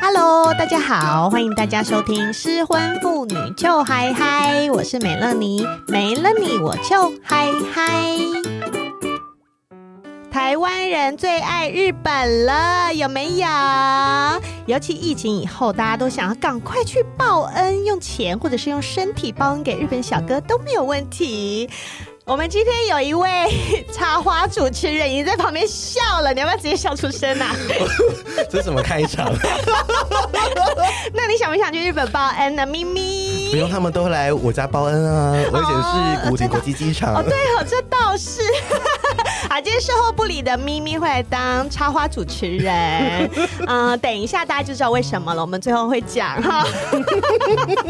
Hello，大家好，欢迎大家收听《失婚妇女就嗨嗨》，我是美乐妮，没了你我就嗨嗨。台湾人最爱日本了，有没有？尤其疫情以后，大家都想要赶快去报恩，用钱或者是用身体报恩给日本小哥都没有问题。我们今天有一位插花主持人已经在旁边笑了，你要不要直接笑出声啊？这是什么 开场？那你想不想去日本报恩呢，咪不咪？用，他们都来我家报恩啊！我以前是古真的亭国际机哦，场，对哦，这倒是。 啊，今天售后不理的咪咪会来当插花主持人，嗯、等一下大家就知道为什么了，我们最后会讲哈。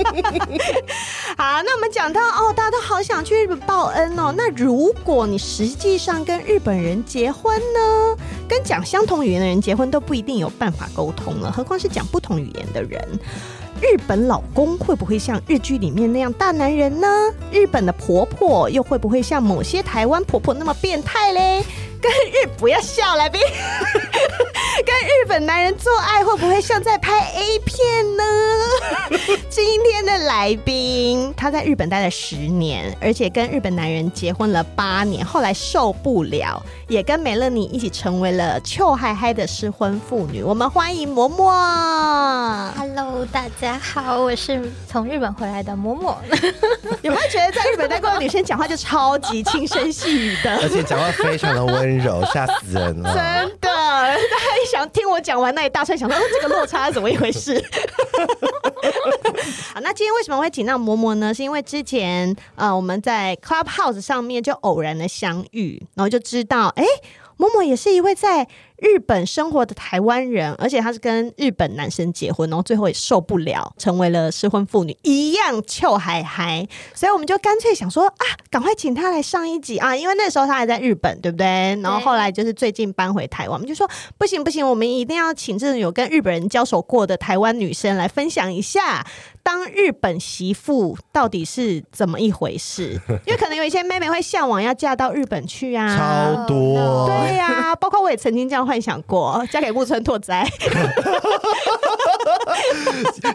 好，那我们讲到哦，大家都好想去日本报恩哦。那如果你实际上跟日本人结婚呢，跟讲相同语言的人结婚都不一定有办法沟通了，何况是讲不同语言的人。日本老公会不会像日剧里面那样大男人呢？日本的婆婆又会不会像某些台湾婆婆那么变态嘞？跟日不要笑来宾， 跟日本男人做爱会不会像在拍 A 片呢？ 今天的来宾，她在日本待了十年，而且跟日本男人结婚了八年，后来受不了，也跟美乐妮一起成为了臭嗨嗨的失婚妇女。我们欢迎嬷嬷。 Hello，大家好，我是从日本回来的嬷 嬷。有没有觉得在日本待过的女生讲话就超级轻声细语而 的？且讲话非常的温柔，吓死人啊了。真的，大家一想听我讲完那一大串，想说哦这个落差是怎么一回事？好，那今天为什么会请到嬷嬷呢？是因为之前呃我们在 Clubhouse 上面就偶然的相遇，然后就知道，哎、嬷嬷也是一位在日本生活的台湾人，而且她是跟日本男生结婚，然后最后也受不了，成为了失婚妇女，一样臭嗨嗨。所以我们就干脆想说啊，赶快请她来上一集啊，因为那时候她还在日本，对不对？然后后来就是最近搬回台湾，我们就说不行不行，我们一定要请这种有跟日本人交手过的台湾女生来分享一下。当日本媳妇到底是怎么一回事？因为可能有一些妹妹会向往要嫁到日本去啊，超多，对呀、包括我也曾经这样幻想 过，嫁给木村拓哉。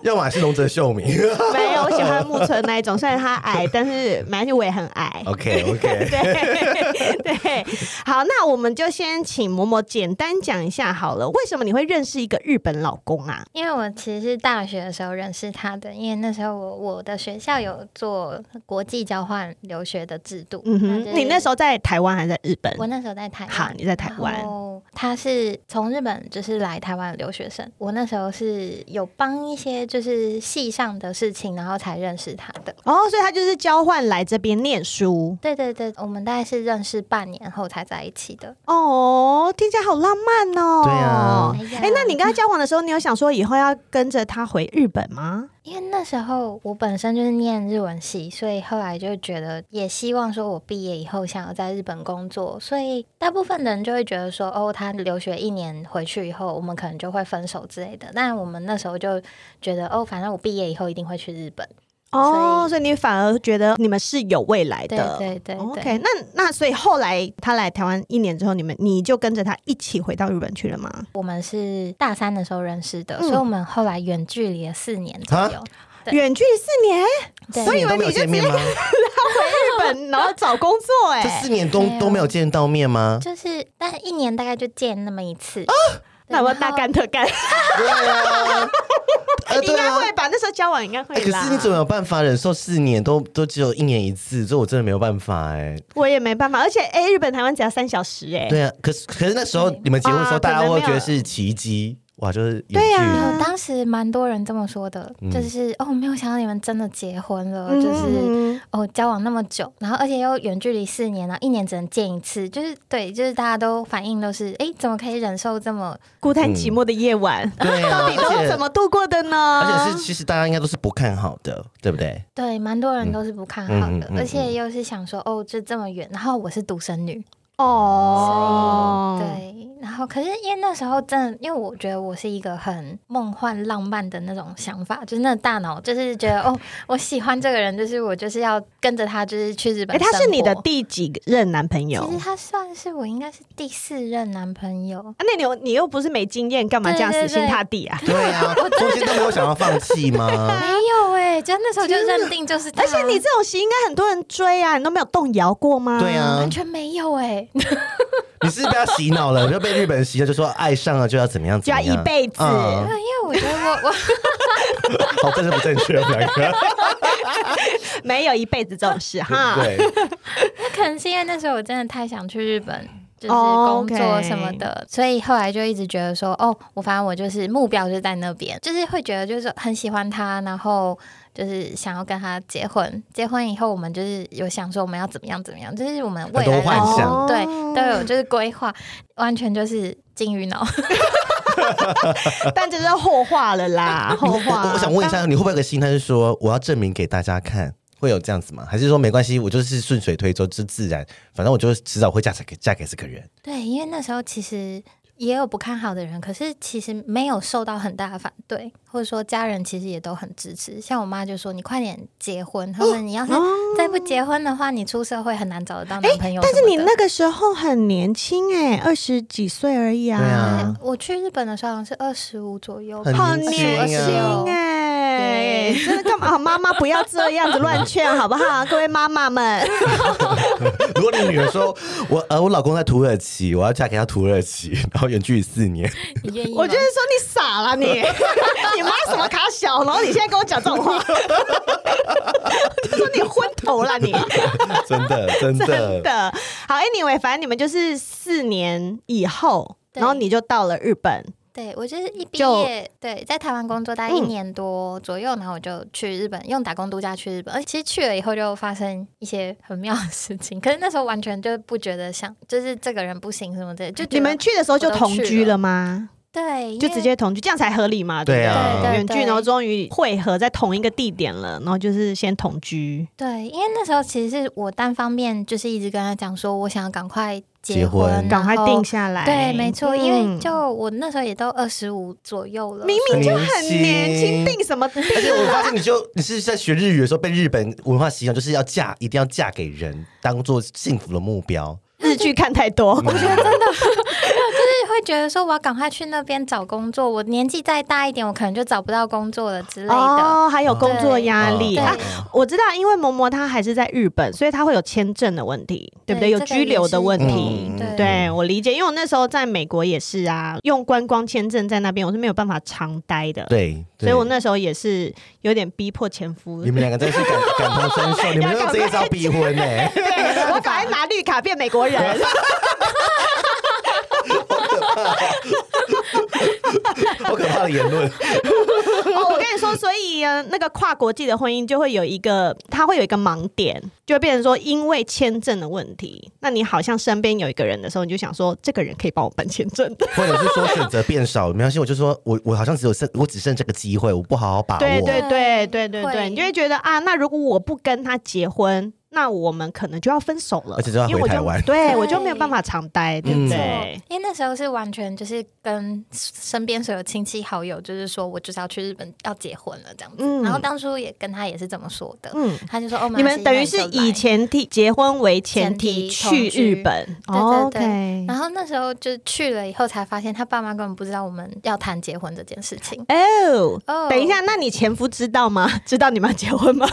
要么是龙泽秀明。 没有，我喜欢木村那一种，虽然他矮，但是蛮正我哦也很矮。 OK OK，对 对，好，那我们就先请嬷嬷简单讲一下好了，为什么你会认识一个日本老公啊？因为我其实是大学的时候认识他的，因为那时候我我的学校有做国际交换留学的制度。嗯哼，你那时候候在台湾还是在日本？我那时候在台好，湾。哦你在台湾然，后他是从日本就是来台湾的留学生，我那时候是有帮一些就是系上的事情，然后才认识他的。哦，所以他就是交换来这边念书。对对对，我们大概是认识半年后才在一起的。哦，听起来好浪漫哦。对啊哎呀哎、那你跟他交往的时候，你有想说以后要跟着他回日本吗？因为那时候我本身就是念日文系，所以后来就觉得也希望说我毕业以后想要在日本工作，所以大部分人就会觉得说，哦，他留学一年回去以后，我们可能就会分手之类的。但我们那时候就觉得，哦，反正我毕业以后一定会去日本。哦，所以所以你反而觉得你们是有未来对的。对对对 OK，那那所以后来他来台湾一年之后，你们你就跟着他一起回到日本去了吗？我们是大三的时候认识的，嗯所以我们后来远距离了四年左右。对远距离四年，对所以四年都没有见面吗？日本然后找工作、这哎，四年都对啊都没有见到面吗？就是，但一年大概就见那么一次。啊对那我然后大干特 干，对啊，呃，应对该啊。会吧？那时候交往应该会哎可啦。是你怎么有办法忍受四年都都只有一年一次？这我真的没有办法哎。我也没办法，而且哎、日本台湾只要三小时、哎，对啊，可是可是那时候对你们结婚的时啊候，大可家能会没有觉得是奇迹哇，就是远对啊距离有，当时蛮多人这么说的，嗯就是哦，没有想到你们真的结婚了，嗯就是嗯哦，交往那么久，然后而且又远距离四年，然后一年只能见一次，就是对，就是大家都反应都是，哎，怎么可以忍受这么？孤单寂寞的夜嗯晚，对啊， 到底都而是且怎么度过的呢？而且是，其实大家应该都是不看好的，对不对？对，蛮多人都是不看好的，嗯嗯嗯嗯而且又是想说，哦，就这么远，然后我是独生女，哦，所以，对，然后可是因为那时候真的，因为我觉得我是一个很梦幻浪漫的那种想法，就是那大脑就是觉得哦，我喜欢这个人，就是我就是要跟着他，就是去日哎、本。他是你的？第几任男朋友？其实啊，他算是我应该是第四任男朋友。那你又你又不是没经验，干嘛这样对死对心对塌地啊？对啊，中间都没有想要放 弃吗？没有哎、就那时候就认定就是他，而且你这种型应该很多人追啊，你都没有动摇过吗？对啊完，全没有哎、你是不是被他洗脑了，你就被日本人洗脑，就说爱上了就要怎么样，就要怎么样一辈子嗯因为我觉得我我好，这是不正确，我们 两个。没有一辈子这种事哈。对，可能是因为那时候我真的太想去日本，就是哦，OK 工作什么的所以后来就一直觉得说，哦，我反正我就是目标就在那边，就是会觉得就是很喜欢他，然后就是想要跟他结婚。结婚以后，我们就是有想说我们要怎么样怎么样，就是我们未来很多幻想哦对，都有就是规划，完全就是金鱼脑。但这是后话了 啦，后我话。我我想问一，下，你会不会有个心态是说，我要证明给大家看，会有这样子吗？还是说没关系，我就是顺水推舟，就自然，反正我就迟早会嫁给嫁给这个人。 对，因为那时候其实也有不看好的人，可是其实没有受到很大的反对，或者说家人其实也都很支持。像我妈就说：“你快点结婚，哦她说你要是再不结婚的话，你出社会很难找得到男朋友什么的。哎但是你那个时候很年轻哎、二十几岁而已啊，对啊，我去日本的时候好像是二十五左右吧，很好年年轻啊轻欸哎、对真的干嘛？妈妈不要这样子乱劝好不好？各位妈妈们，如果你女儿说，我呃，我老公在土耳其，我要嫁给他土耳其，然后远距离四年， 你愿意吗？我就是说你傻了 你，你妈什么卡小，然后你现在跟我讲这种 话，就说你昏头了你。真的真的真的。好，Anyway，反正你们就是四年以后，对然后你就到了日本。对我就是一毕就业，对，在台湾工作大概一嗯年多左右，然后我就去日本，用打工度假去日本。而其实去了以后就发生一些很妙的事情，可是那时候完全就不觉得想，就是这个人不行什么的，就你觉得们去的时候就同居了吗？对，就因为直接同居，这样才合理嘛？对不啊对对对远距，对然后终于汇合在同一个地点了，然后就是先同居。对，因为那时候其实是我单方面就是一直跟他讲说，我想要赶快结婚婚，赶快然后定。下来，嗯对，没错，嗯因为就我那时候也都二十五左右了，明明就很年轻，很年轻定什么定而且我发啊？现你就你是在学日语的时候被日本文化洗脑，就是要嫁，一定要嫁给人，当做幸福的目标。日剧看太 多，就是会觉得说我要赶快去那边找工作，我年纪再大一点，我可能就找不到工作了之类的。哦，还有工作压力对啊嗯。我知道，因为嬷嬷她还是在日本，所以她会有签证的问题，对不对？对有这个居留的问也是题，嗯对对我理解，因为我那时候在美国也是啊，用观光签证在那边，我是没有办法常待的，，对，对所以我那时候也是有点逼迫前夫你。们两个真是感感同身受，你们用这一招逼婚欸呢、对，我反而拿绿卡变美 国人，好可怕的言论。哦，我跟你 说，所以呃那个跨国际的婚姻就会有一个，它会有一个盲点，就会变成说，因为签证的问题，那你好像身边有一个人的时候，你就想说，这个人可以帮我办签证，或者是说选择变少，没关系，我就说我我好像只有剩我只剩这个机会，我不好好把握。对对对对对对对，会你就会觉得啊，那如果我不跟他结婚，那我们可能就要分手了，而且就要回因为我台湾对对我就没有办法常待，对不嗯对？因为那时候是完全就是跟身边所有亲戚好友，就是说我就是要去日本要结婚了这样子。嗯然后当初也跟他也是这么说的，嗯，他就说哦，你们等于是以前。前提结婚为前提前去提同居日本对对对，OK。然后那时候就去了以后才发现，他爸妈根本不知道我们要谈结婚这件事情。哦，哦等一下，那你前夫知道吗？ 知道你们要结婚 吗？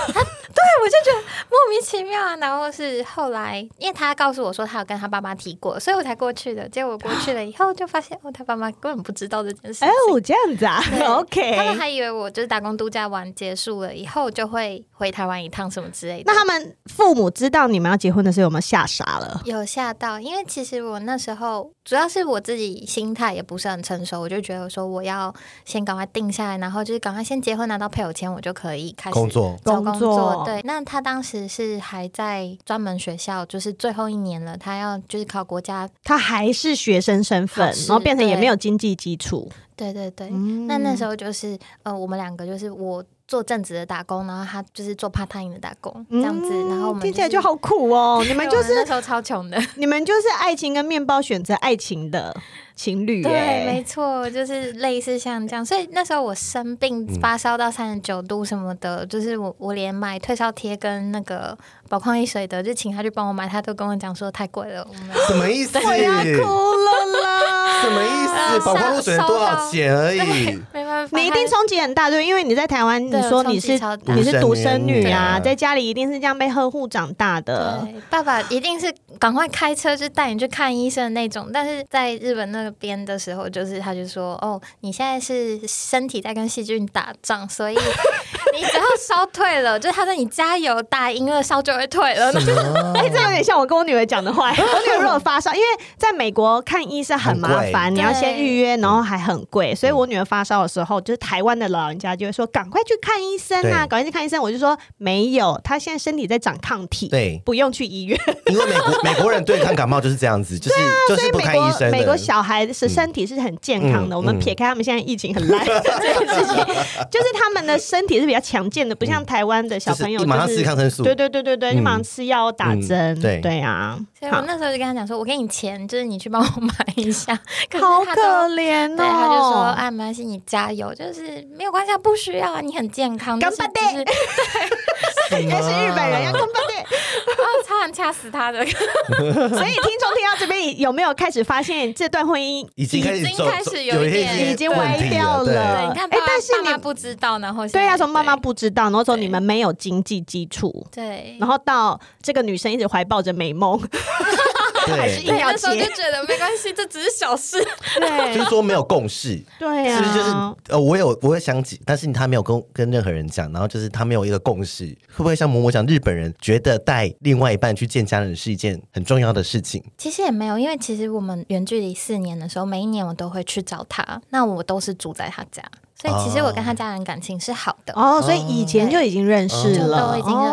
莫名其妙啊！然后是后来，因为他告诉我说他有跟他爸妈提过，所以我才过去的。结果过去了以后，就发现哦，他爸妈根本不知哎道这件事情。哦，这样子 啊对他们，OK。还以为我就是打工度假完结束了以后就会回台湾一趟什么之类的。那他们父母知道你们要结婚的时候，有没有吓傻了？有吓到，因为其实我那时候主要是我自己心态也不是很成熟，我就觉得说我要先赶快定下来，然后就是赶快先结婚拿到配偶签，我就可以开始工作找工工作作。对，那他当时是还在专门学校，就是最后一年了，他要就是考国家，他还是学生身份，好事然后变成也对没有经济基础。对对对。嗯那那时候就是呃，我们两个就是我。做正职的打工，然后他就是做 part time 的打工，嗯这样子，然后我们听起来就就是好苦 哦。你们就我是那时候超 穷的，你们就是爱情跟面包选择爱情的情侣、哎对，耶没错，就是类似像这样。所以那时候我生病发烧到三十九度什么的，就是我我连买退烧贴跟那个宝矿力水的，就请他去帮我买，他都跟我讲说太贵了，我们 什么意思？我要哭啊呃了啦！ 什么意思？宝矿露水多少钱而已？没办法，你一定冲击很大，对，因为你在台湾，你对说你冲是击超大你是独生女独生女啊，啊在家里一定是这样被呵护长大的。对，爸爸一定是赶快开车就带你去看医生的那种。但是在日本那边的时候，就是他就说：“哦，你现在是身体在跟细菌打仗，所以你只要烧退了， 就是他说你加油打赢了，烧就会退了。”什么哎、这有点像我跟我女儿讲的 话。我女儿如果发烧，因为在美国看医生很麻烦，很你贵要先预约，然后还很贵，所以我女儿发烧的时候，就是台湾的老人家就会说：“赶快去看医生啊，赶对快去看医生。”我就说：“没有，她现在身体在长抗体，对，不用去医院。因为美国美国人对抗感冒就是这样子，就是、 就是啊不美看医生国的。美国小孩是身体是很健康的，嗯我们嗯撇开他们现在疫情很 烂这件事情，就是他们的身体是比较强健的，不像台湾的小嗯就是朋一友马上就吃是。抗生素，对对对对对，就马上嗯吃药打嗯针，对对啊，所以好我那时候就跟他讲说：“我给你钱，就是你去帮我买一 下。”可是好他都可怜哦！对，他就说：“啊，没关系，你加油，就是没有关系啊，不需要啊，你很健康。但是干就巴是”就是哎什么，原来是日本人，要干巴爹。哦，差点掐死他 的， 所以听众听到这边，有没有开始发现这段婚姻已经开始已经走开始走有有一一点些已经问歪题掉对了？对，你看爸哎爸，，但是爸妈你不知道，然后现对在啊，从妈妈对不知道，然后从你们没有经济基础，对，然后到这个女生一直怀抱着美梦，还是对，硬对，要那时候就接，觉得没关系，这只是小事。就是对说没有共识。 对是不是就是啊，呃，我有我有想起，但是他没有跟跟任何人讲，然后就是他没有一个共识，会不会像嬷嬷讲，日本人觉得带另外一半去见家人是一件很重要的事情？ 其实也没有，因为其实我们远距离四年的时候，每一年我都会去找他，那我都是住在他家，所以其实我跟他家人感情是好的。哦，所以以前就已经认识哦了，就都已经认识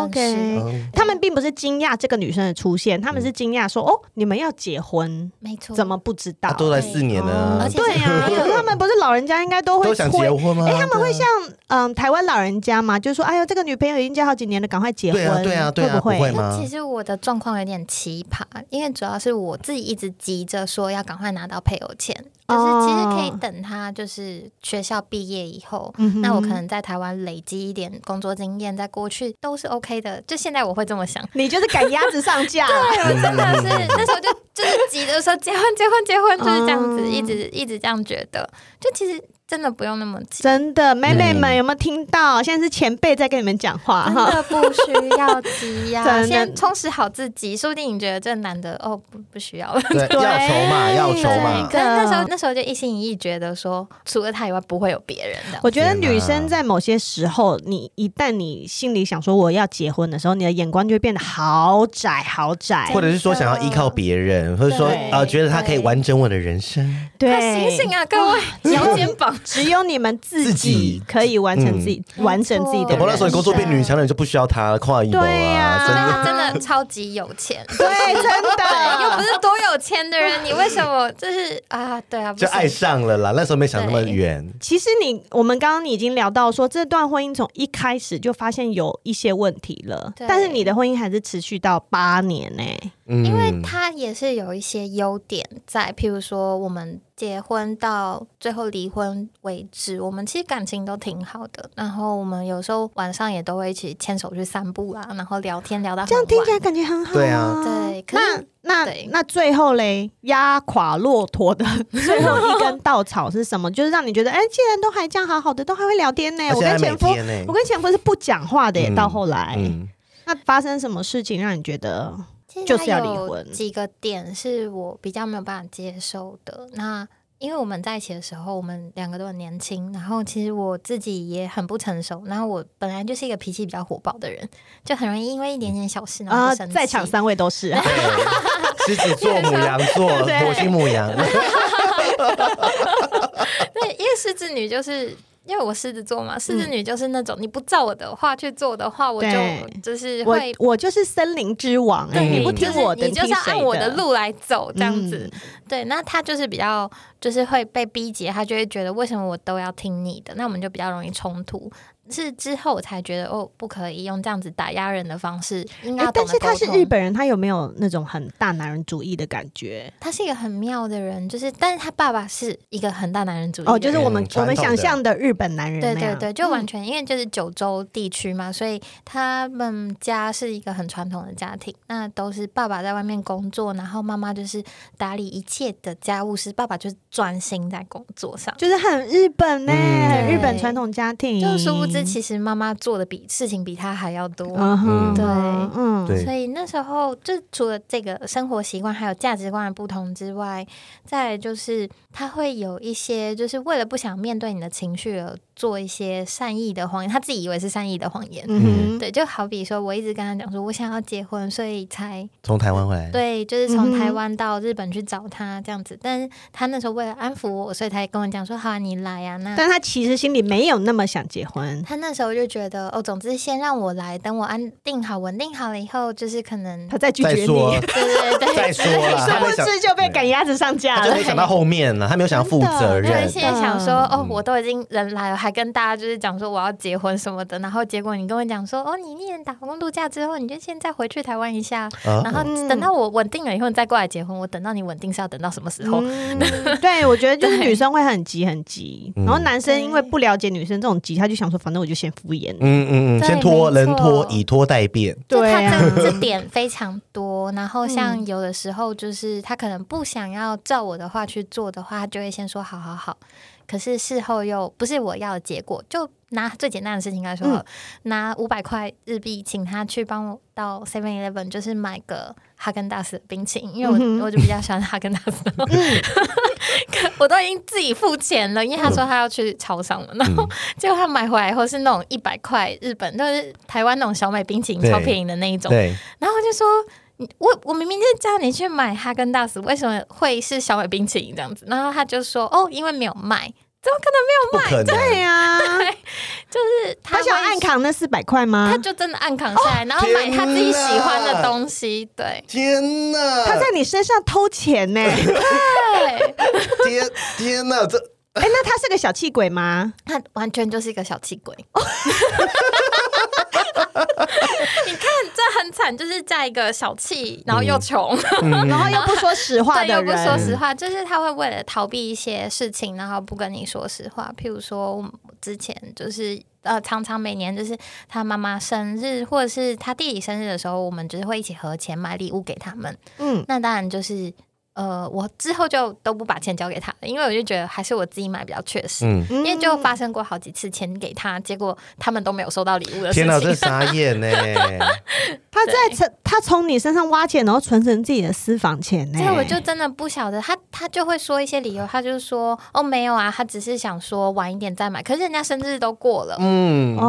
OK 嗯，他们并不是惊讶这个女生的出现，他们是惊讶说：“哦，你们要结婚，没错，怎么不知道啊、？”都来四年哦了，嗯而且对呀、还有可是他们不是老人家，应该都会都想结催婚吗？哎、他们会像嗯台湾老人家嘛，就说哎呦，这个女朋友已经交好几年了，赶快结婚，对啊对啊对啊会不会那吗其实我的状况有点奇葩，因为主要是我自己一直急着说要赶快拿到配偶钱，就是其实可以哦等他就是学校毕业以后，嗯哼那我可能在台湾累积一点工作经验，在过去都是 OK 的。就现在我会这 么想，你就是赶鸭子上架，对，我真的是那时候就就是急着说结婚结婚结婚，就是这样子，嗯一直一直这样觉得。就其实真的不用那么急，真的，妹妹们有没有听到？现在是前辈在跟你们讲话嗯真哈。的不需要急呀、哦 真的先充实好自己，说不定你觉得这男的哦不不需要了。对对要筹码要筹对码可，是那时候那时候就一心一意觉得说，除了他以外不会有别人的。我觉得女生在某些时候，你一旦你心里想说我要结婚的时候，你的眼光就会变得好窄好窄真或的。者是说想要依靠别人，或者说对呃觉得他可以对完整我的人生，快醒醒啊，各位，摇肩 膀。只有你们自自己己可以完成嗯自己、完整自己的宝人宝生。那时候你工作变女强人就不需要他了，跨一博对呀啊，真的他真的超级有钱，嗯对，真对，又不的。是多有钱的人，你为什么就是啊？对啊，不就爱行上了啦。那时候没想那么对远，其实你我们刚刚你已经聊到说，这段婚姻从一开始就发现有一些问题了，对但是你的婚姻还是持续到八年呢、嗯，因为他也是有一些优点在，譬如说我们结婚到最后离婚为止，我们其实感情都挺好的。然后我们有时候晚上也都会一起牵手去散步啊，然后聊天聊到很这样听起来晚感觉很好、对啊对，可那是那对那最后嘞，压垮骆驼 的最后一根稻草是什么？就是让你觉得，哎、既然都还这样好好的，都还会聊 天呢、而哎我且跟还每前夫，天呢我跟前夫是不讲话的耶、嗯到后来，嗯，那发生什么事情让你觉得其实就是要还离有婚几个点是我比较没有办法接受的。那因为我们在一起的时候，我们两个都很年轻，然后其实我自己也很不成熟。然后我本来就是一个脾气比较火爆的人，就很容易因为一点点小事然后啊、就生气。在场三位都是、啊，对狮子座、母羊座、 对火星母羊， 对，因为狮子女就是因为我狮子座嘛，狮嗯子女就是那种、你不照我的话去做的话，我就对就是我会。我就是森林之王、哎，对，你不听就是我的，你就是要听按谁我的的路来走，这样子。嗯对，那他就是比较，就是会被逼急，他就会觉得为什么我都要听你的，那我们就比较容易冲突。是之后我才觉得哦，不可以用这样子打压人的方式，应该哎要，懂但得是他沟是通日本人，他有没有那种很大男人主义的感觉？他是一个很妙的人，就是，但是他爸爸是一个很大男人主义的哦，人就是我们嗯我传们统想的象的日本男人对那对样对，就完嗯全、因为就是九州地区嘛，所以他们家是一个很传统的家庭，那都是爸爸在外面工作，然后妈妈就是打理一切的家务事，爸爸就是专心在工作上。就是很日本呢、嗯很日本传统家庭。就殊不知，其实妈妈做的比事情比他还要多。嗯哼，嗯对嗯，对所以那时候，就除了这个生活习惯还有价值观的不同之外，再来就是他会有一些，就是为了不想面对你的情绪而做一些善意的谎言，他自己以为是善意的谎言。嗯哼，对，就好比说，我一直跟他讲说，我想要结婚，所以才从台湾回来，对，就是从嗯哼台湾到日本去找他这样子。但是他那时候为了安抚我，所以才跟我讲说，好、啊，你来啊。那但他其实心里没有那么想结婚。他那时候就觉得，哦，总之先让我来，等我安定好、稳定好了以后，就是可能，他再拒再绝你，说殊对对对，再说 啦，他没不想嗯知就被赶鸭子上架他就了没。想到后面了，他没有想要负责真的对，任，现在想说，哦嗯，我都已经人来了，还跟大家就是讲说我要结婚什么的，然后结果你跟我讲说，哦，你念打工度假之后，你就现在回去台湾一下，啊然后嗯等到我稳定了以后，你再过来结婚。我等到你稳定是要等到什么时候？嗯， 对，我觉得就是女生会很急很急，嗯然后男生因为不了解女生这种急，他就想说，反正我就先敷衍。嗯嗯嗯，对先拖，没人错拖，以拖代变，就对他啊这这点非常多，然后像嗯有的时候就是他可能不想要照我的话去做的话，他就会先说好好好，可是事后又不是我要的结果。就拿最简单的事情来嗯说好了，拿五百块日币请他去帮我到 Seven Eleven 就是买个哈根达斯的冰淇淋，因为嗯我、哼我就比较喜欢哈根达斯， 可我都已经自己付钱了，嗯因为他说他要去超商了，然后结果他买回来以后是那种一百块日本，就是台湾那种小美冰淇淋对超便宜的那一种，Oh 对，然后我就说。你我我明明就是叫你去买哈根达斯，为什么会是小美冰淇淋这样子？然后他就说哦，因为没有卖，不可能，对呀， 就是他会想暗，扛啊哦那四百块吗他？就真的暗扛下来，然后买他自己喜欢的东西。对天哪，他在你身上偷钱 呢？哎，对，天天哪，这那他是个小气鬼吗？他完全就是一个小气鬼。 你看，这很惨，就是在一个小气，然后又穷，嗯然后又不说实话对，的又不人，说实话，就是他会为了逃避一些事情，然后不跟你说实话。譬如说，我之前就是呃，常常每年就是他妈妈生日或者是他弟弟生日的时候，我们就是会一起合钱买礼物给他们。嗯，那当然就是呃，我之后就都不把钱交给他了，因为我就觉得还是我自己买比较确实。嗯，因因为就发生过好几次钱给他，结果他们都没有收到礼物的事天哪，这情。傻眼欸呢， 他在从他从你身上挖钱，然后存成自己的私房钱呢、所以我就真的不晓得他，他就会说一些理由，他就说哦没有啊，他只是想说晚一点再买，可是人家生日都过了，嗯，哦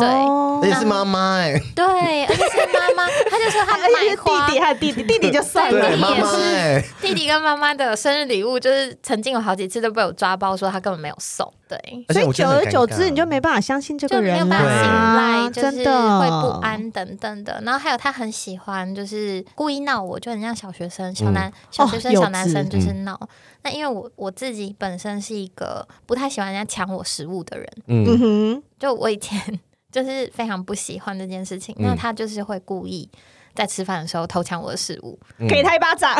对而且是妈妈哎，对，而且是妈 妈，他就说他他而且买是花，弟弟，啊还有弟弟，弟弟就算了对，对妈也妈是哎，弟弟跟妈妈的生日礼物，就是曾经有好几次都被我抓包，说他根本没有送，对。而所且以我觉久得很而久之，尴尬你就没办法相信这就个没有人啊办啦、法信赖，就真是的会不。安等等的。然后还有他很喜欢，就是故意闹我，就很像小学生、小男、小学生、嗯哦幼稚嗯小男生就是闹。那因为我我自己本身是一个不太喜欢人家抢我食物的人，嗯嗯，哼，就我以前 就是非常不喜欢这件事情。嗯那他就是会故意。在吃饭的时候偷抢我的食物，嗯给他一巴掌，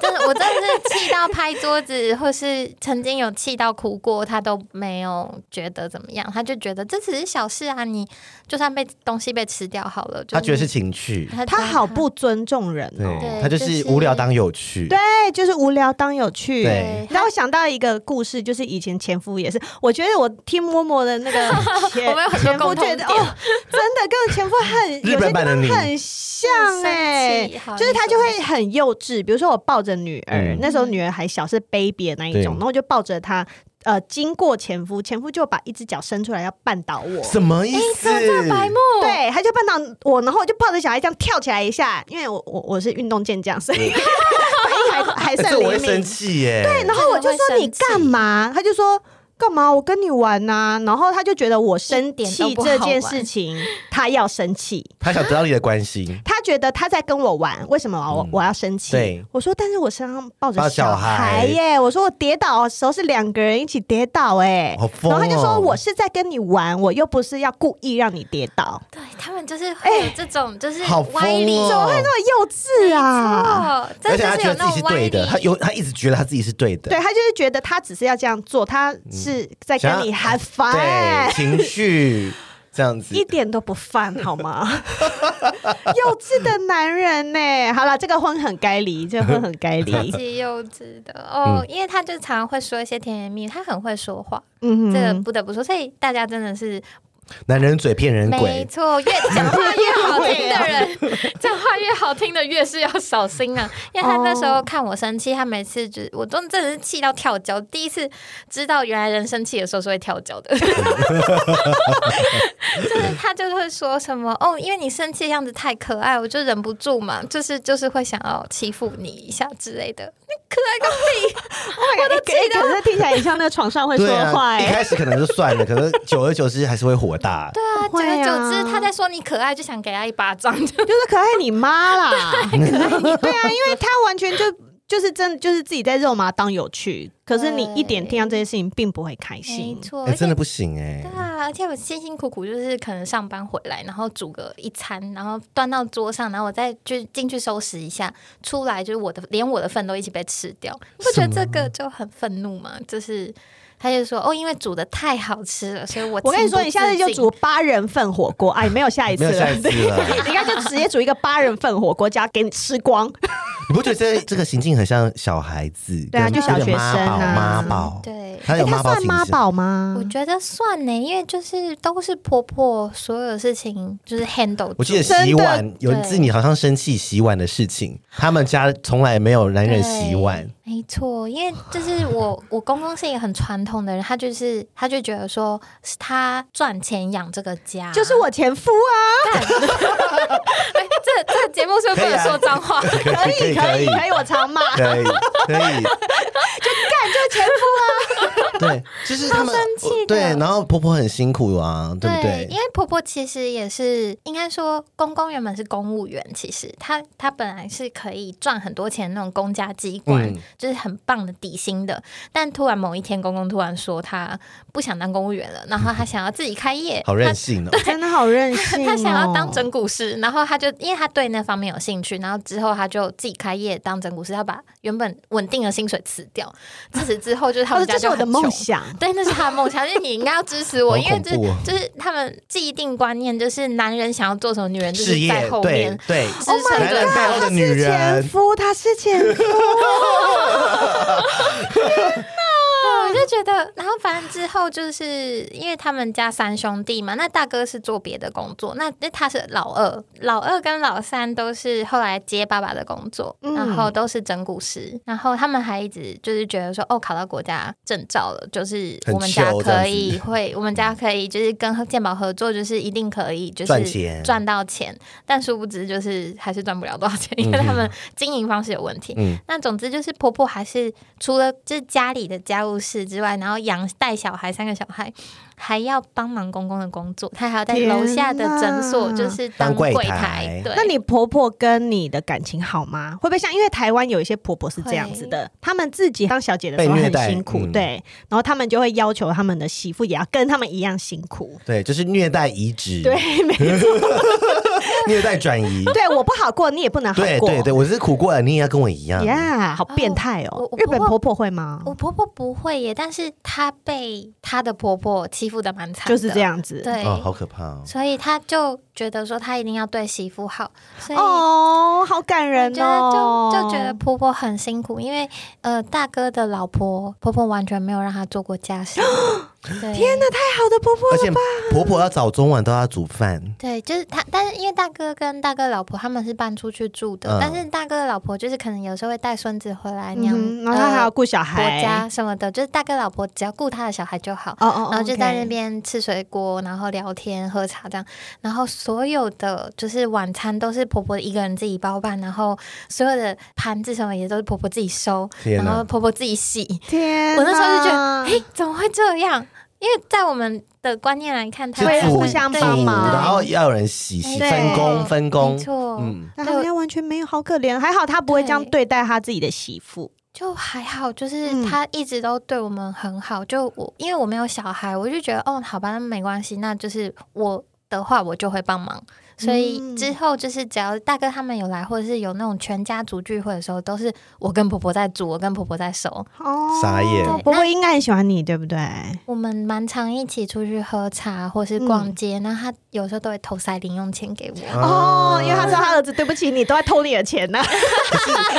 真的，我真的是气到拍桌子，或是曾经有气到哭过，他都没有觉得怎么样，他就觉得这只是小事啊，你就算被东西被吃掉好了，就他觉得是情趣，他好不尊重人哦。对他就是无聊当有趣，对，就是无聊当有趣。对对，让我想到一个故事，就是以前前夫也是，我觉得我听默默的那 个前我们有很多前夫共同觉得点哦，真的跟前夫很有日些本地版的方你很像哎、啊就是他就会很幼稚，比如说我抱着女儿，嗯那时候女儿还小，是 baby 的那一对种，然后我就抱着她，呃，经过前夫，前夫就把一只脚伸出来要绊倒我，什么意思？哎哎白目，对，他就绊倒我，然后我就抱着小孩这样跳起来一下，因为我我我是运动健将，所以 反应还还哎算这我会灵生敏。气耶，对然后我就说真的你会生气干嘛？他就说。干嘛？我跟你玩呐、然后他就觉得我生一点气都不这好件玩事情，他要生气，他想得到你的关心，他觉得他在跟我玩，为什么我、嗯我要生气？对我说，但是我身上抱着抱小小孩耶，我说我跌倒的时候是两个人一起跌倒哎、好疯然后他就哦说我是在跟你玩，我又不是要故意让你跌倒，对他们就是会哎有这种就是好疯歪理，哦！那么幼稚啊！哦，而真且的他是觉有得自那己种是歪对理的，他有他一直觉得他自己是对的，对他就是觉得他只是要这样做，他是在跟你嗯想要 have fun，、对情绪这样子哎一。点都不犯好 吗？幼稚的男人呢、好了，这个婚很该离，这个婚很该超离。 级幼稚的哦，因为他就常常会说一些甜言蜜语，他很会说话，嗯这个哼，不得不说，所以大家真的是男人嘴骗人没鬼，错，越讲话越好听的人，讲话越好听的越是要小心啊。因为他那时候看我生气，他每次就我都真的是气到跳脚。第一次知道原来人生气的时候是会跳脚的，就是他就会说什么哦，因为你生气的样子太可爱，我就忍不住嘛，就是就是会想要欺负你一下之类的。那可爱个我都记得，可是听起来也像那个床上会说对话啊，一哎、开始可能就算了，可是久而久之还是会火大。啊，久会而啊久之他在说你可爱，就想给他一巴掌。就是可爱你妈 啦，对啊，因为他完全就就是真的就是自己在肉麻当有趣，可是你一点听到这些事情并不会开没心。错，哎，哦而且真的不行哎对，啊，而且我辛辛苦苦就是可能上班回来，然后煮个一餐，然后端到桌上，然后我再就进去收拾一下，出来就是我的连我的份都一起被吃掉，你不觉得这个就很愤怒吗？就是他就说哦，因为煮的太好吃了，所以我我跟你情说，不你下次自就禁煮八人份火锅，哎，没有下一次没有下了 一。次了。你应该就直接煮一个八人份火锅，加给你吃光。 你不觉得这这个行径很像小孩子？对啊跟就小学生啊妈宝，妈宝，对。他有哎妈宝算倾妈向。宝吗我？觉得算呢，因为就是都是婆婆所有事情就是 handle 住。我记得真的洗碗有一对次你好像生气洗碗的事情，他们家从来没有男人洗碗， 没错，因为就是我，我公公是一个很传统的人，他就是他就觉得说是他赚钱养这个家，就是我前夫啊，干。哎这这个节目是不是不能说脏话？ 可啊可以可以 可以，我常骂。可以可以，就干就前 夫啊，对，就是他们超生气的对，然后婆婆很辛苦啊，对不对因？为婆婆其实也是，应该说公公原本是公务员，其实她她本来是可以赚很多钱那种公家机关，嗯就是很棒的底薪的。但突然某一天，公公突然说他不想当公务员了，然后 他想要自己开业，好他任性哦，真的好任性、哦。他想要当整蛊师，然后他就因为他对那方面有兴趣，然后之后他就自己开业当整蛊师，他把原本稳定的薪水辞掉。自此之后，就是他他说们家这是就我的很穷。梦想。对，那是他的梦想，就是你应该要支持我，好因为恐这、怖哦就是他们既定观念，就是男人想要做什么，女人就事是在业后对面。对，支撑男人着背后的他女是前人，夫，他是前夫， 对，我就觉得，然后反正之后就是因为他们家三兄弟嘛，那大哥是做别的工作，那那他是老二，老二跟老三都是后来接爸爸的工作，嗯然后都是整蛊师，然后他们还一直就是觉得说，哦，考到国家证照了，就是很我们家 chill 这样可子以会，我们家可以就是跟健保合作，就是一定可以就是赚钱赚到钱，但殊不知就是还是赚不了多少钱，因为他们经营方式有问题，嗯，那总之就是婆婆还是除了就是家里的家务事之外，然后养带小孩三个小孩，还要帮忙公公的工作，她还要在天楼下的诊所哪就是当柜柜台台。对，那你婆婆跟你的感情好吗？会不会像因为台湾有一些婆婆是这样子的，她们自己当小姐的时候被虐很待辛苦，嗯对，然后她们就会要求她们的媳妇也要跟她们一样辛苦。对，就是虐待移植，对，没 虐待 转移，对，我不好过，你也不能好对过。对对，我是苦过了，你也要跟我一样，呀，好变态哦我我！日本婆婆婆婆会吗？我婆婆不会耶，但是她被她的婆婆欺负的蛮惨，就是这。样子。对，哦，好可怕哦。所以她就觉得说她一定要对媳妇好，所以哦，好感我人觉得哦！就就觉得婆婆很辛苦，因为呃大哥的老婆婆婆完全没有让她做过 家事。天哪！太好的婆婆而了且婆婆要早中晚都要煮饭，对，就是他，但是因为大哥跟大哥老婆他们是搬出去住的，嗯但是大哥的老婆就是可能有时候会带孙子回来嗯娘，哼然后他还要顾小呃婆孩，家什么的，就是大哥老婆只要顾他的小孩就好。哦哦，然后就在那 OK。边吃水果，然后聊天、喝茶这样。然后所有的就是晚餐都是婆婆一个人自己包办，然后所有的盘子什么也都是婆婆自己收，天然哪后婆婆自己洗。天哪，嗯我那时候就觉得，哎，怎么会这样？因因为在我们的观念来看，他会们互相帮忙煮然后要有人洗洗，对分工分工没，错，嗯，那他家完全没有，好可怜。还好他不会这样对待他自己的媳妇。就还好，就是嗯他一直都对我们很好。就我因为我没有小孩，我就觉得哦，好吧，那没关系，那就是我的话我就会帮忙。所以嗯之后就是只要大哥他们有来，或者是有那种全家族聚会的时候，都是我跟婆婆在煮，我跟婆婆在熟。哦傻眼啊婆婆应该很喜欢你，对不对？我们蛮常一起出去喝茶或是嗯逛街，那他有时候都会偷塞零用钱给我。嗯哦，因为他知道他儿子对不起你，都在偷你的钱呢、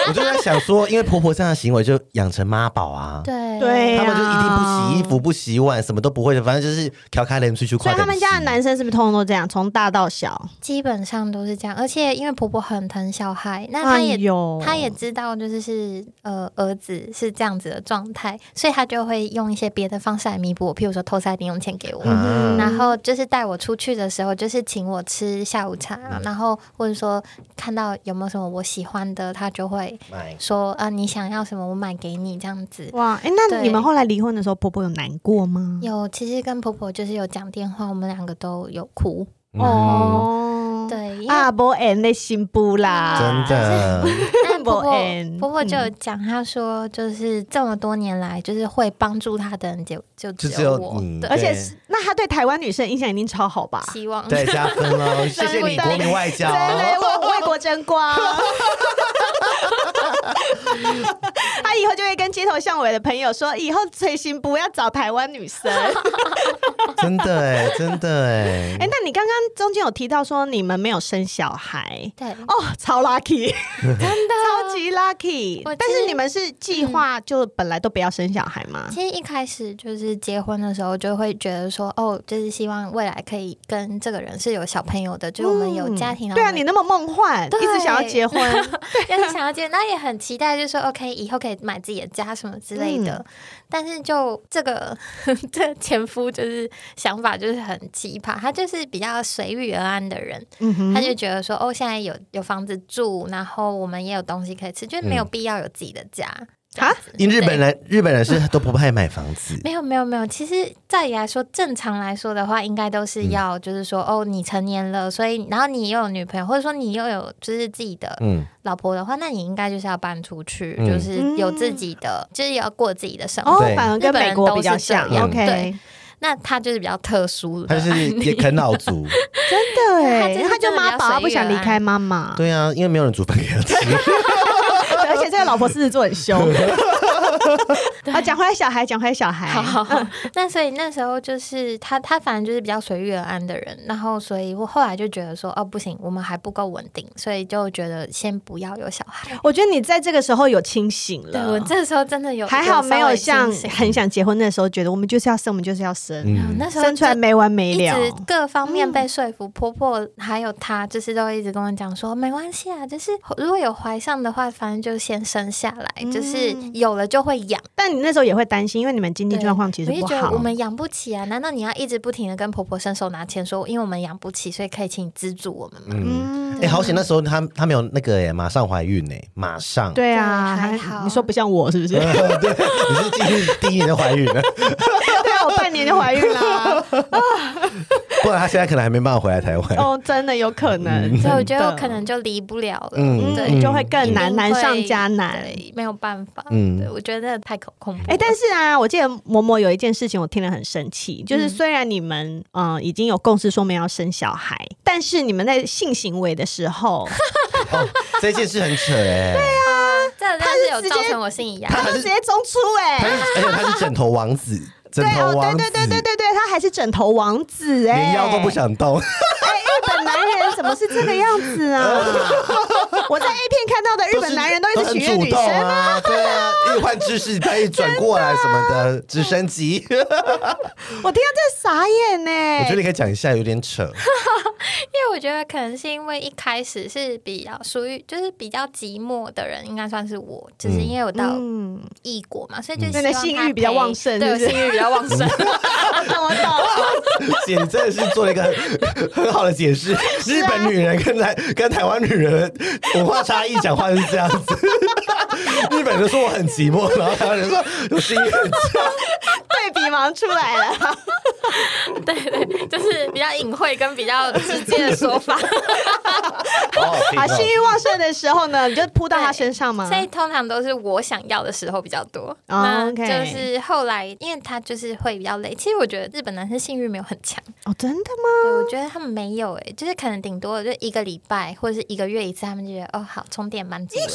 我就在想说，因为婆婆这样的行为就养成妈宝啊，对对他呀们就一定不洗衣服、不洗碗，什么都不会的，反正就是调侃人出去所快以点洗。他们家的男生是不是通通都这样，从大到小？基本上都是这样。而且因为婆婆很疼小孩，那啊她也有他啊也知道，就是是呃儿子是这样子的状态，所以他就会用一些别的方式来弥补我，譬如说偷塞零用钱给我，啊然后就是带我出去的时候，就是请我吃下午茶，然后或者说看到有没有什么我喜欢的，他就会买说啊、你想要什么我买给你这样子。哇，哎、那对你们后来离婚的时候，婆婆有难过吗？有，其实跟婆婆就是有讲电话，我们两个都有哭。哦，哦，对，因为啊，伯恩的心不啦，真的，但婆不婆然婆婆就有讲，她说就是这么多年来，就是会帮助她的人就就就只只有我，你对，而且是那他对台湾女生影响一定超好吧？希望对，加分喽！谢谢你国民外交哦对。对，我为国争 光。他以后就会跟街头巷尾的朋友说，以后随行不要找台湾女 生。哎、真的哎， 真的哎，那你刚刚中间有提到说你们没有生小孩 对 哦，超 lucky，真的超级 lucky 我其实。嗯但是你们是计划就本来都不要生小孩吗？其实一开始就是结婚的时候，就会觉得说，哦，就是希望未来可以跟这个人是有小朋友的，就是我们有家庭，嗯然后对啊，我们你那么梦幻，对一直想要结 婚，就是想要见，那也很期待，就是说 OK，以后可以买自己的家什么之类嗯的。但是就这个 这个前夫就是想法就是很奇葩，他就是比较随遇而安的人，嗯哼他就觉得说哦，现在有有房子住，然后我们也有东西可以吃，就是嗯没有必要有自己的家。啊，因日本人日本人是都不怕买房子，没有没有没有，其实照理来说，正常来说的话，应该都嗯是要就是说，哦，你成年了，所以然后你又有女朋友，或者说你又有就是自己的嗯，老婆的话，那你应该就是要搬出去，嗯就是有自己的，就是要过自己的生活。哦对，反而跟美国比较像日本人都是这样，OK，那他就是比较特殊的他案是例，也啃老 族，真的哎，他因就是为他就妈宝，真的比较他不想离开妈妈，对啊，因为没有人煮饭给他 吃，而且这个老婆狮子座很 凶。啊，讲回来小孩，讲回来小孩， 好好好，那所以那时候就是他，他反正就是比较随遇而安的人，然后所以我后来就觉得说，哦，不行，我们还不够稳定，所以就觉得先不要有小孩。我觉得你在这个时候有清醒对了，我这时候真的有还好没有像有稍微清醒很想结婚的时候觉得我们就是要生，我们就是要生，嗯嗯，那时候生出来就没完没嗯一了。直各方面被说服，婆婆还有她，就是都一直跟我讲说，没关系啊，就是如果有怀上的话，反正就先生下来，嗯就是有了就会养。但你那时候也会担心，因为你们经济对状况其我实就不觉得我好。们养不起啊，难道你要一直不停的跟婆婆伸手拿钱说，因为我们养不起，所以可以请你资助我们吗？嗯哎、，好险！那时候她她没有那个哎、马上怀孕哎、马上。对啊，对还还好你说不像我是 不是？对对，你是进入第一年就怀 孕了，啊，我半年就怀孕啦。不然她现在可能还没办法回来台湾。哦，真的有可能，嗯所以我觉得真我的可能就离不了了，嗯对，就会更难，一定会难上加难。对，没有办法，嗯对我觉得太恐恐怖了。哎、但是啊，我记得嬷嬷有一件事情，我听了很生气，嗯就是虽然你们嗯、呃已经有共识说没有要生小孩，但是你们在性行为的时 候，哦，这件事很扯哎、对啊，这真的是直有接造成我心理压力他。是直接中出哎、她是而且她是枕头王子，枕对头哦，王子，对对对对对对，他还是枕头王子哎、连腰都不想动。哎、日本男人怎么是这个样子 啊？我在 A 片看到的日本男人都一直很取悦主女动生啊。啊，对啊，一换姿势，他一转过来什么的，直升机。我听到这傻眼呢、我觉得你可以讲一下，有点扯。因为我觉得可能是因为一开始是比较属于就是比较寂寞的人，应该算是我，就是因为我到嗯， 异国嘛，所以就嗯希对望你的性他欲比较陪旺盛对，我是不性是欲比 较旺盛。我懂我懂，姐，你真的是做了一个很 很好的解释。日本女人跟台跟台湾女人文化差异，讲话是这样子。哦日本人说我很寂寞，然后台湾人说我是一个人对鼻毛出来 了，对对，就是比较隐晦跟比较直接的说 法。嗯好好听好，啊性哦。欲旺盛的时候呢，你就扑到他身上吗？所以通常都是我想要的时候比较多。哦那 OK 就是后来，因为他就是会比较累。其实我觉得日本男生性欲没有很强，哦，真的吗？对我觉得他们没有诶、欸就是可能顶多就一个礼拜或者是一个月一次，他们就觉得哦好充电满足了。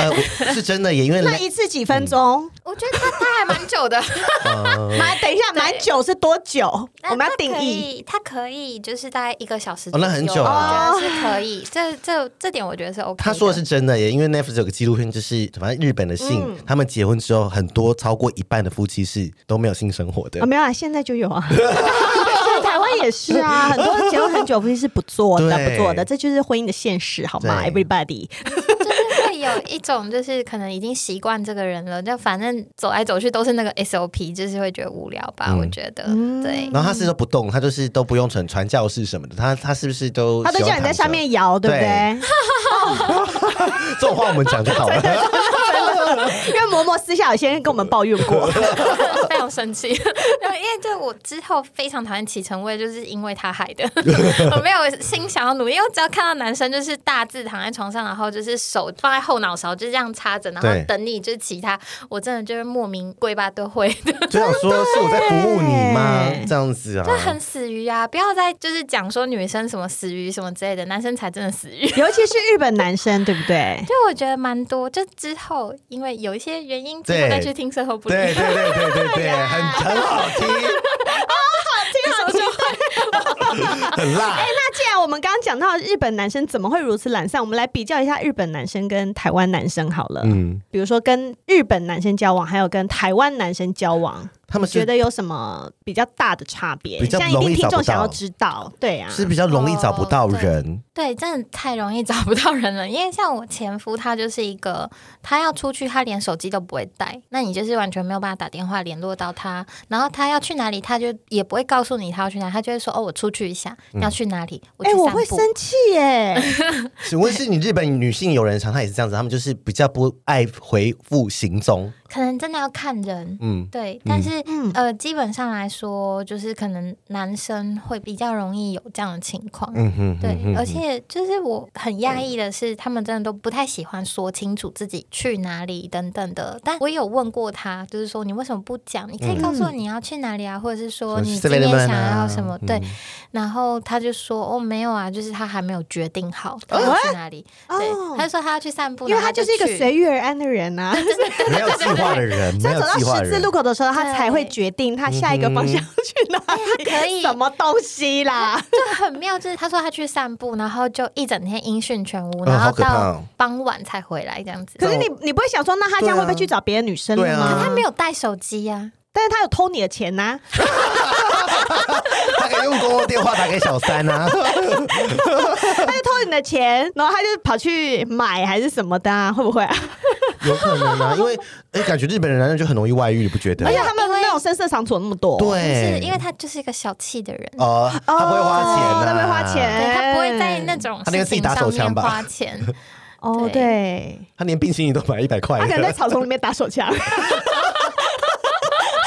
呃，我是真的耶，因为那一次几分钟？我觉得他他还蛮久的，嗯呃满等一下，满久是多久？我们要定义。他可以，他可以就是大概一个小时哦左右，那很久啊我觉得是 可以。这这这点我觉得是 OK。他说的是。真的耶，因为 Netflix 有个纪录片，就是反正日本的性，嗯他们结婚之后，很多超过一半的夫妻是都没有性生活的。啊，没有啊，现在就有 啊。在台湾也是啊，很多结婚很久夫妻是不做的，对不做的，这就是婚姻的现实，好吗对？Everybody，就是会有一种，就是可能已经习惯这个人了，就反正走来走去都是那个 SOP，就是会觉得无聊吧？嗯我觉得，嗯对，然后他是都不动，他就是都不用传传教士什么的，他他是不是都哦他都喜叫欢你在躺着上面摇，对不对？这种话我们讲就好了。 因为嬷嬷私下有先跟我们抱怨 过，非常生 气。然后因为就我之后非常讨厌启程位，就是因为他害的。 我没有心想要努力，因为我只要看到男生就是大字躺在床上，然后就是手放在后脑勺，就这样插着，然后对等你就是其他，我真的就是莫名跪巴都会 的，就想说是我在服务你吗真的耶？这样子啊就，很死鱼啊！不要再就是讲说女生什么死鱼什么之类的，男生才真的死鱼。 尤其是日本男生，对不对？就我觉得蛮多，就之后因为有一些原因，之对后再去听售后不 理，对对对对对对，很很好听，那时候就很辣。那既然我们刚刚讲到日本男生怎么会如此懒散，我们来比较一下日本男生跟台湾男生好了。嗯，比如说跟日本男生交往，还有跟台湾男生交往，他们觉是得有什么比较大的差别？比较像一定容易听找不众想要到知道，对啊，是比较容易找不到人，对，真的太容易 找不到人了。因为像我前夫，他就是一个，他要出去，他连手机都不会带，那你就是完全没有办法打电话联络到他。然后他要去哪里，他就也不会告诉你他要去哪，他就会说：“哦，我出去一下，嗯你要去哪里？我哎、去散步。我会生气 耶！请问是你日本女性友人常她也是这样子，他们就是比较不爱回复行踪，可能真的要看人。嗯，对，但是、嗯呃，基本上来说，就是可能男生会比较容易有这样的情况。嗯哼，对嗯哼，而且就是我很讶异的是，他们真的都不太喜欢说清楚自己去哪里等等的。但我也有问过他，就是说你为什么不讲？你可嗯以告诉我你要去哪里啊，或者是说你今天想啊要什么？嗯对，然后他就说哦没有啊，就是他还没有决定好他要去哪里。啊哦对，他就说他要去散步，因为然后他就是一个去随遇而安的人呐、啊。没有计划的人，所没以有走到计划的十字人路，口的时候，他对才会决定他下一个方向去哪里。可 以什么东西啦？很妙，就是他说他去散步，然后就一整天音讯全无，嗯然好后可怕到哦傍晚才回来这样子。可可是你你不会想说，那他这样会不会去找别的女生了对啊吗？可他没有，有带手机啊呀、但是他有偷你的钱呐、他可以用公共电话打给小三啊，他就偷你的钱，然后他就跑去买还是什么的、啊，会不会、啊？ 有可能啊，因为哎，感觉日本人男人就很容易外遇，你不觉得而？且他们因为那种深色场所那么多，就是对，因为他就是一个小气的人，哦，他不会花钱哦啊，他不会花钱对他不会在那种他那个事自己情打手上枪面吧花钱。哦，对对，他连冰淇淋都买一百块他的，哎可能在草丛里面打手 枪，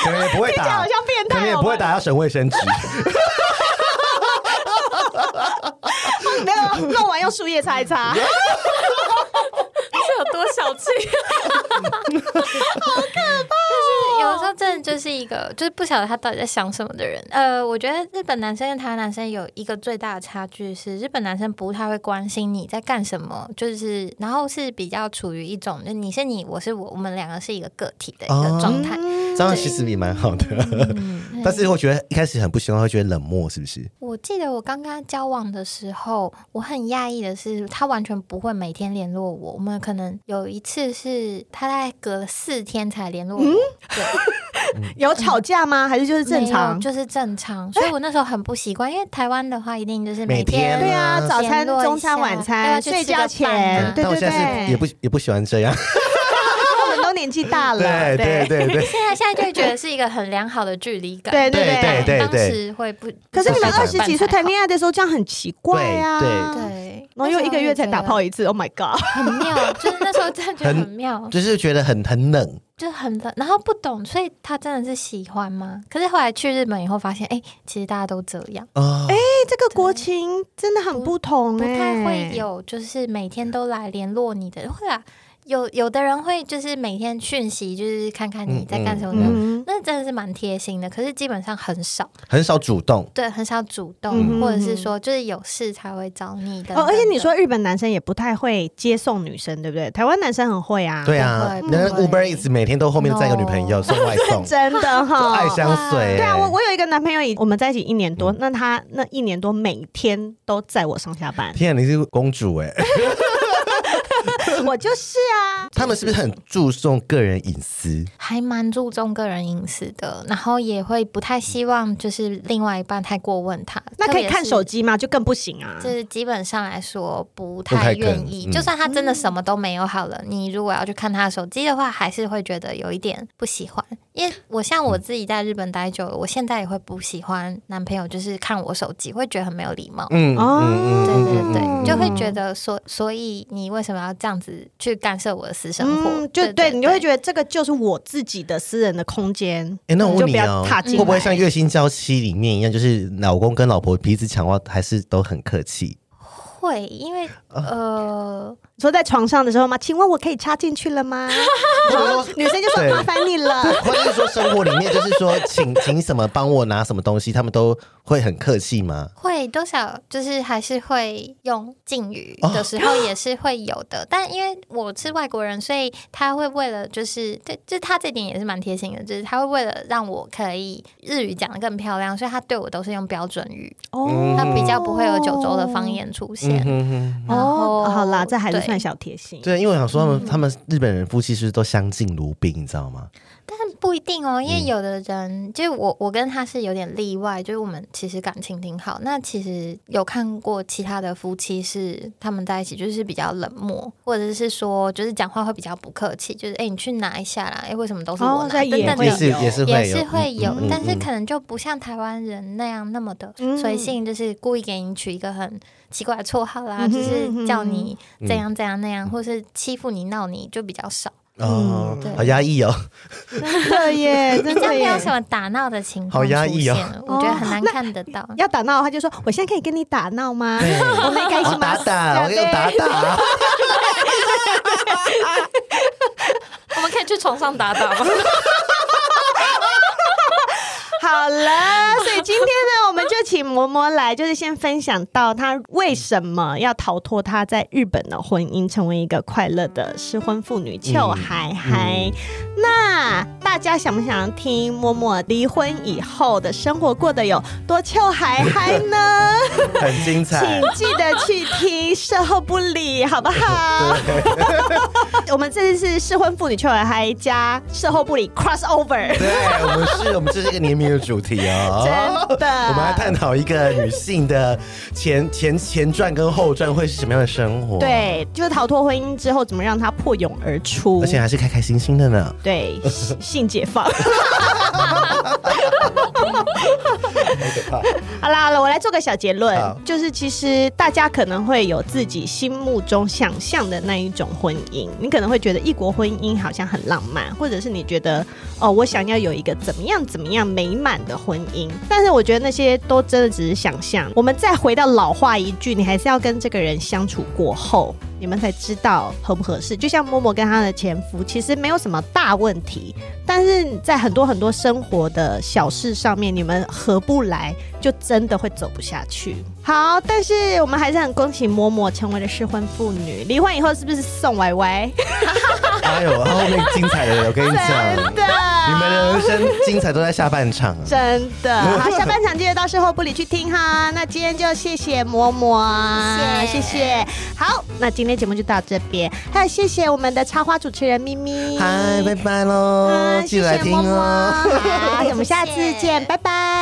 可能也不会这样打好，像变可能态也哦。不会打要省卫生纸，没有弄完用树叶擦一 擦。是有多小气，好可怕、就是有时候真的就是一个，就是不晓得他到底在想什么的人。呃，我觉得日本男生跟台湾男生有一个最大的差距是，日本男生不太会关心你在干什么，就是然后是比较处于一种，就你是你，我是我，我们两个是一个个体的一哦个状态。这样其实也蛮好的。嗯但是我觉得一开始很不喜欢，会觉得冷漠，是不是？我记得我刚刚交往的时候，我很讶异的是，他完全不会每天联络我。我们可能有一次是他大概隔了四天才联络我，对，有吵架吗？还是就是正没有常？就是正常。所以我那时候很不习惯，因为台湾的话一定就是每天天对啊，嗯早餐、联络一下中餐、晚要不餐、要去睡吃个觉饭前啊，对但我对现在哎对，是也不也不喜欢这样，我们都年纪大了，对对对啊对 对。现在现在就会觉得是一个很良好的距离感。对对对对对当时会不，可是你们不二是十几岁谈恋爱的时候，这样很奇怪啊。对爱，对，然后又一个月才打炮一次，Oh my god！ 那时候就觉得很妙，就是那时候真的觉得很妙。就是觉得很很冷，就很冷，然后不懂，所以他真的是喜欢吗？可是后来去日本以后发现，哎、其实大家都这样，啊，这个国情真的很不同、不欸，太会。有就是每天都来联络你的，会啊，有有的人会就是每天讯息，就是看看你在干什么的。嗯，那真的是蛮贴心的，可是基本上很少，很少主动。对，很少主嗯动，或者是说就是有事才会找你的。哦，而且你说日本男生也不太会接送女生，对不对？台湾男生很会啊， 对啊，不会那不会 Uber Eats 每天都后面载一个女朋友 No 送外送，真 的就爱欸嗯哈。相随。，对啊，我我有一个男朋友，我们在一起一年多，那他那一年多每天都载我上下班 天啊，你是公主哎！我就是啊， 他们是不是很注重个人隐私？还蛮注重个人隐私的，然后也会不太希望就是另外一半太过问他。那可以看手机，机吗？就更不行啊。就是基本上来说不不太太可愿能意。嗯就算他真的什么都没有好了，你如果要去看他的手机的话，还是会觉得有一点不喜欢。因为我像我自己在日本待久了，我现在也会不喜欢男朋友就是看我手机，会觉得很没有礼貌。嗯哦嗯对对嗯对，就会觉得所所以你为什么要这样子去干涉我的私生活？嗯就对对你就会得觉得这个就是我自己的私人的空间。哎，那我就问不你要哦，踏进会来不会像《月薪娇妻》里面一样，就是老公跟老婆彼此讲话还是都很客气？会，因为呃，你说在床上的时候吗？请问我可以插进去了吗？然后女生就说对麻烦你了。哦或者是说生活里面就是说请 请什么帮我拿什么东西，他们都会很客气吗？会多少就是还是会用敬语哦的时候也是会有的，但因为我是外国人，所以他会为了就是对，就是他这点也是蛮贴心的，就是他会为了让我可以日语讲的更漂亮，所以他对我都是用标准语，哦他比较不会有九州的方。言出现。嗯哼哼。然后哦，好啦，这还是对算小贴心。对，因为我想说他们、他们日本人夫妻是不是都相敬如宾，你知道吗？但不一定哦，因嗯为有的人，就是我，我跟他是有点例外，就是我们其实感情挺好。那其实有看过其他的夫妻是他们在一起就是比较冷漠，或者是说就是讲话会比较不客气，就是哎、诶你去拿一下啦，哎、为什么都是我哦拿？在等也等会也的。是也是会有，也是会有，嗯嗯嗯但是可能就不像台湾人那样那么的嗯随性，就是故意给你取一个很奇怪的绰号啦，嗯哼嗯就是叫你怎样怎样那样，或是欺负你闹你就比较少，哦嗯，对好压抑哦。 对 耶，真比的较没有耶。什么打闹的情好况压出抑哦现，我觉得很难看得到。要打闹，他就说：“我现在可以跟你打闹吗？对 我没开我心吗？”打打，我啊对给我打打。我们可以去床上打打吗？好了，所以今天呢，我们就请嬷嬷来，就是先分享到她为什么要逃脱她在日本的婚姻，成为一个快乐的失婚妇女邱海嗯海。那大家想不想听嬷嬷离婚以后的生活过得有多邱海海呢？ 很请 精彩。记得去听《售后不理》，好不好？我们这次是失婚妇女邱海海加《售后不理》crossover。对，我们是，我们这是一个年名的主题哦。真的我们来探讨一个女性的前前前传跟后传会是什么样的生活。，对，就是逃脱婚姻之后，怎么让他破蛹而出？而且还是开开心心 的呢。对性性解放。好啦好了，我来做个小结论好，就是其实大家可能会有自己心目中想象的那一种婚姻，你可能会觉得异国婚姻好像很浪漫，或者是你觉得哦，我想要有一个怎么样怎么样美满的婚姻，但是我觉得那些都真的只是想象。我们再回到老话一句，你还是要跟这个人相处过后，你们才知道合不合适。就像默默跟她的前夫，其实没有什么大问题，但是在很多很多生活的小事上面，你们合不来，就真的会走不下去。好，但是我们还是很恭喜默默成为了适婚妇女。离婚以后是不是送歪歪？ 哎呦，后面精彩的，我跟你讲，对。你们的人生精彩都在下半场啊。真 的。好，下半场记得到事后不理去听哈。那今天就谢谢嬷嬷，谢谢谢谢。好，那今天节目就到这边，还有谢谢我们的插花主持人咪咪，嗨，拜拜喽啊，记得来听哦。谢谢嬷嬷好，我们下次谢 谢见，拜拜。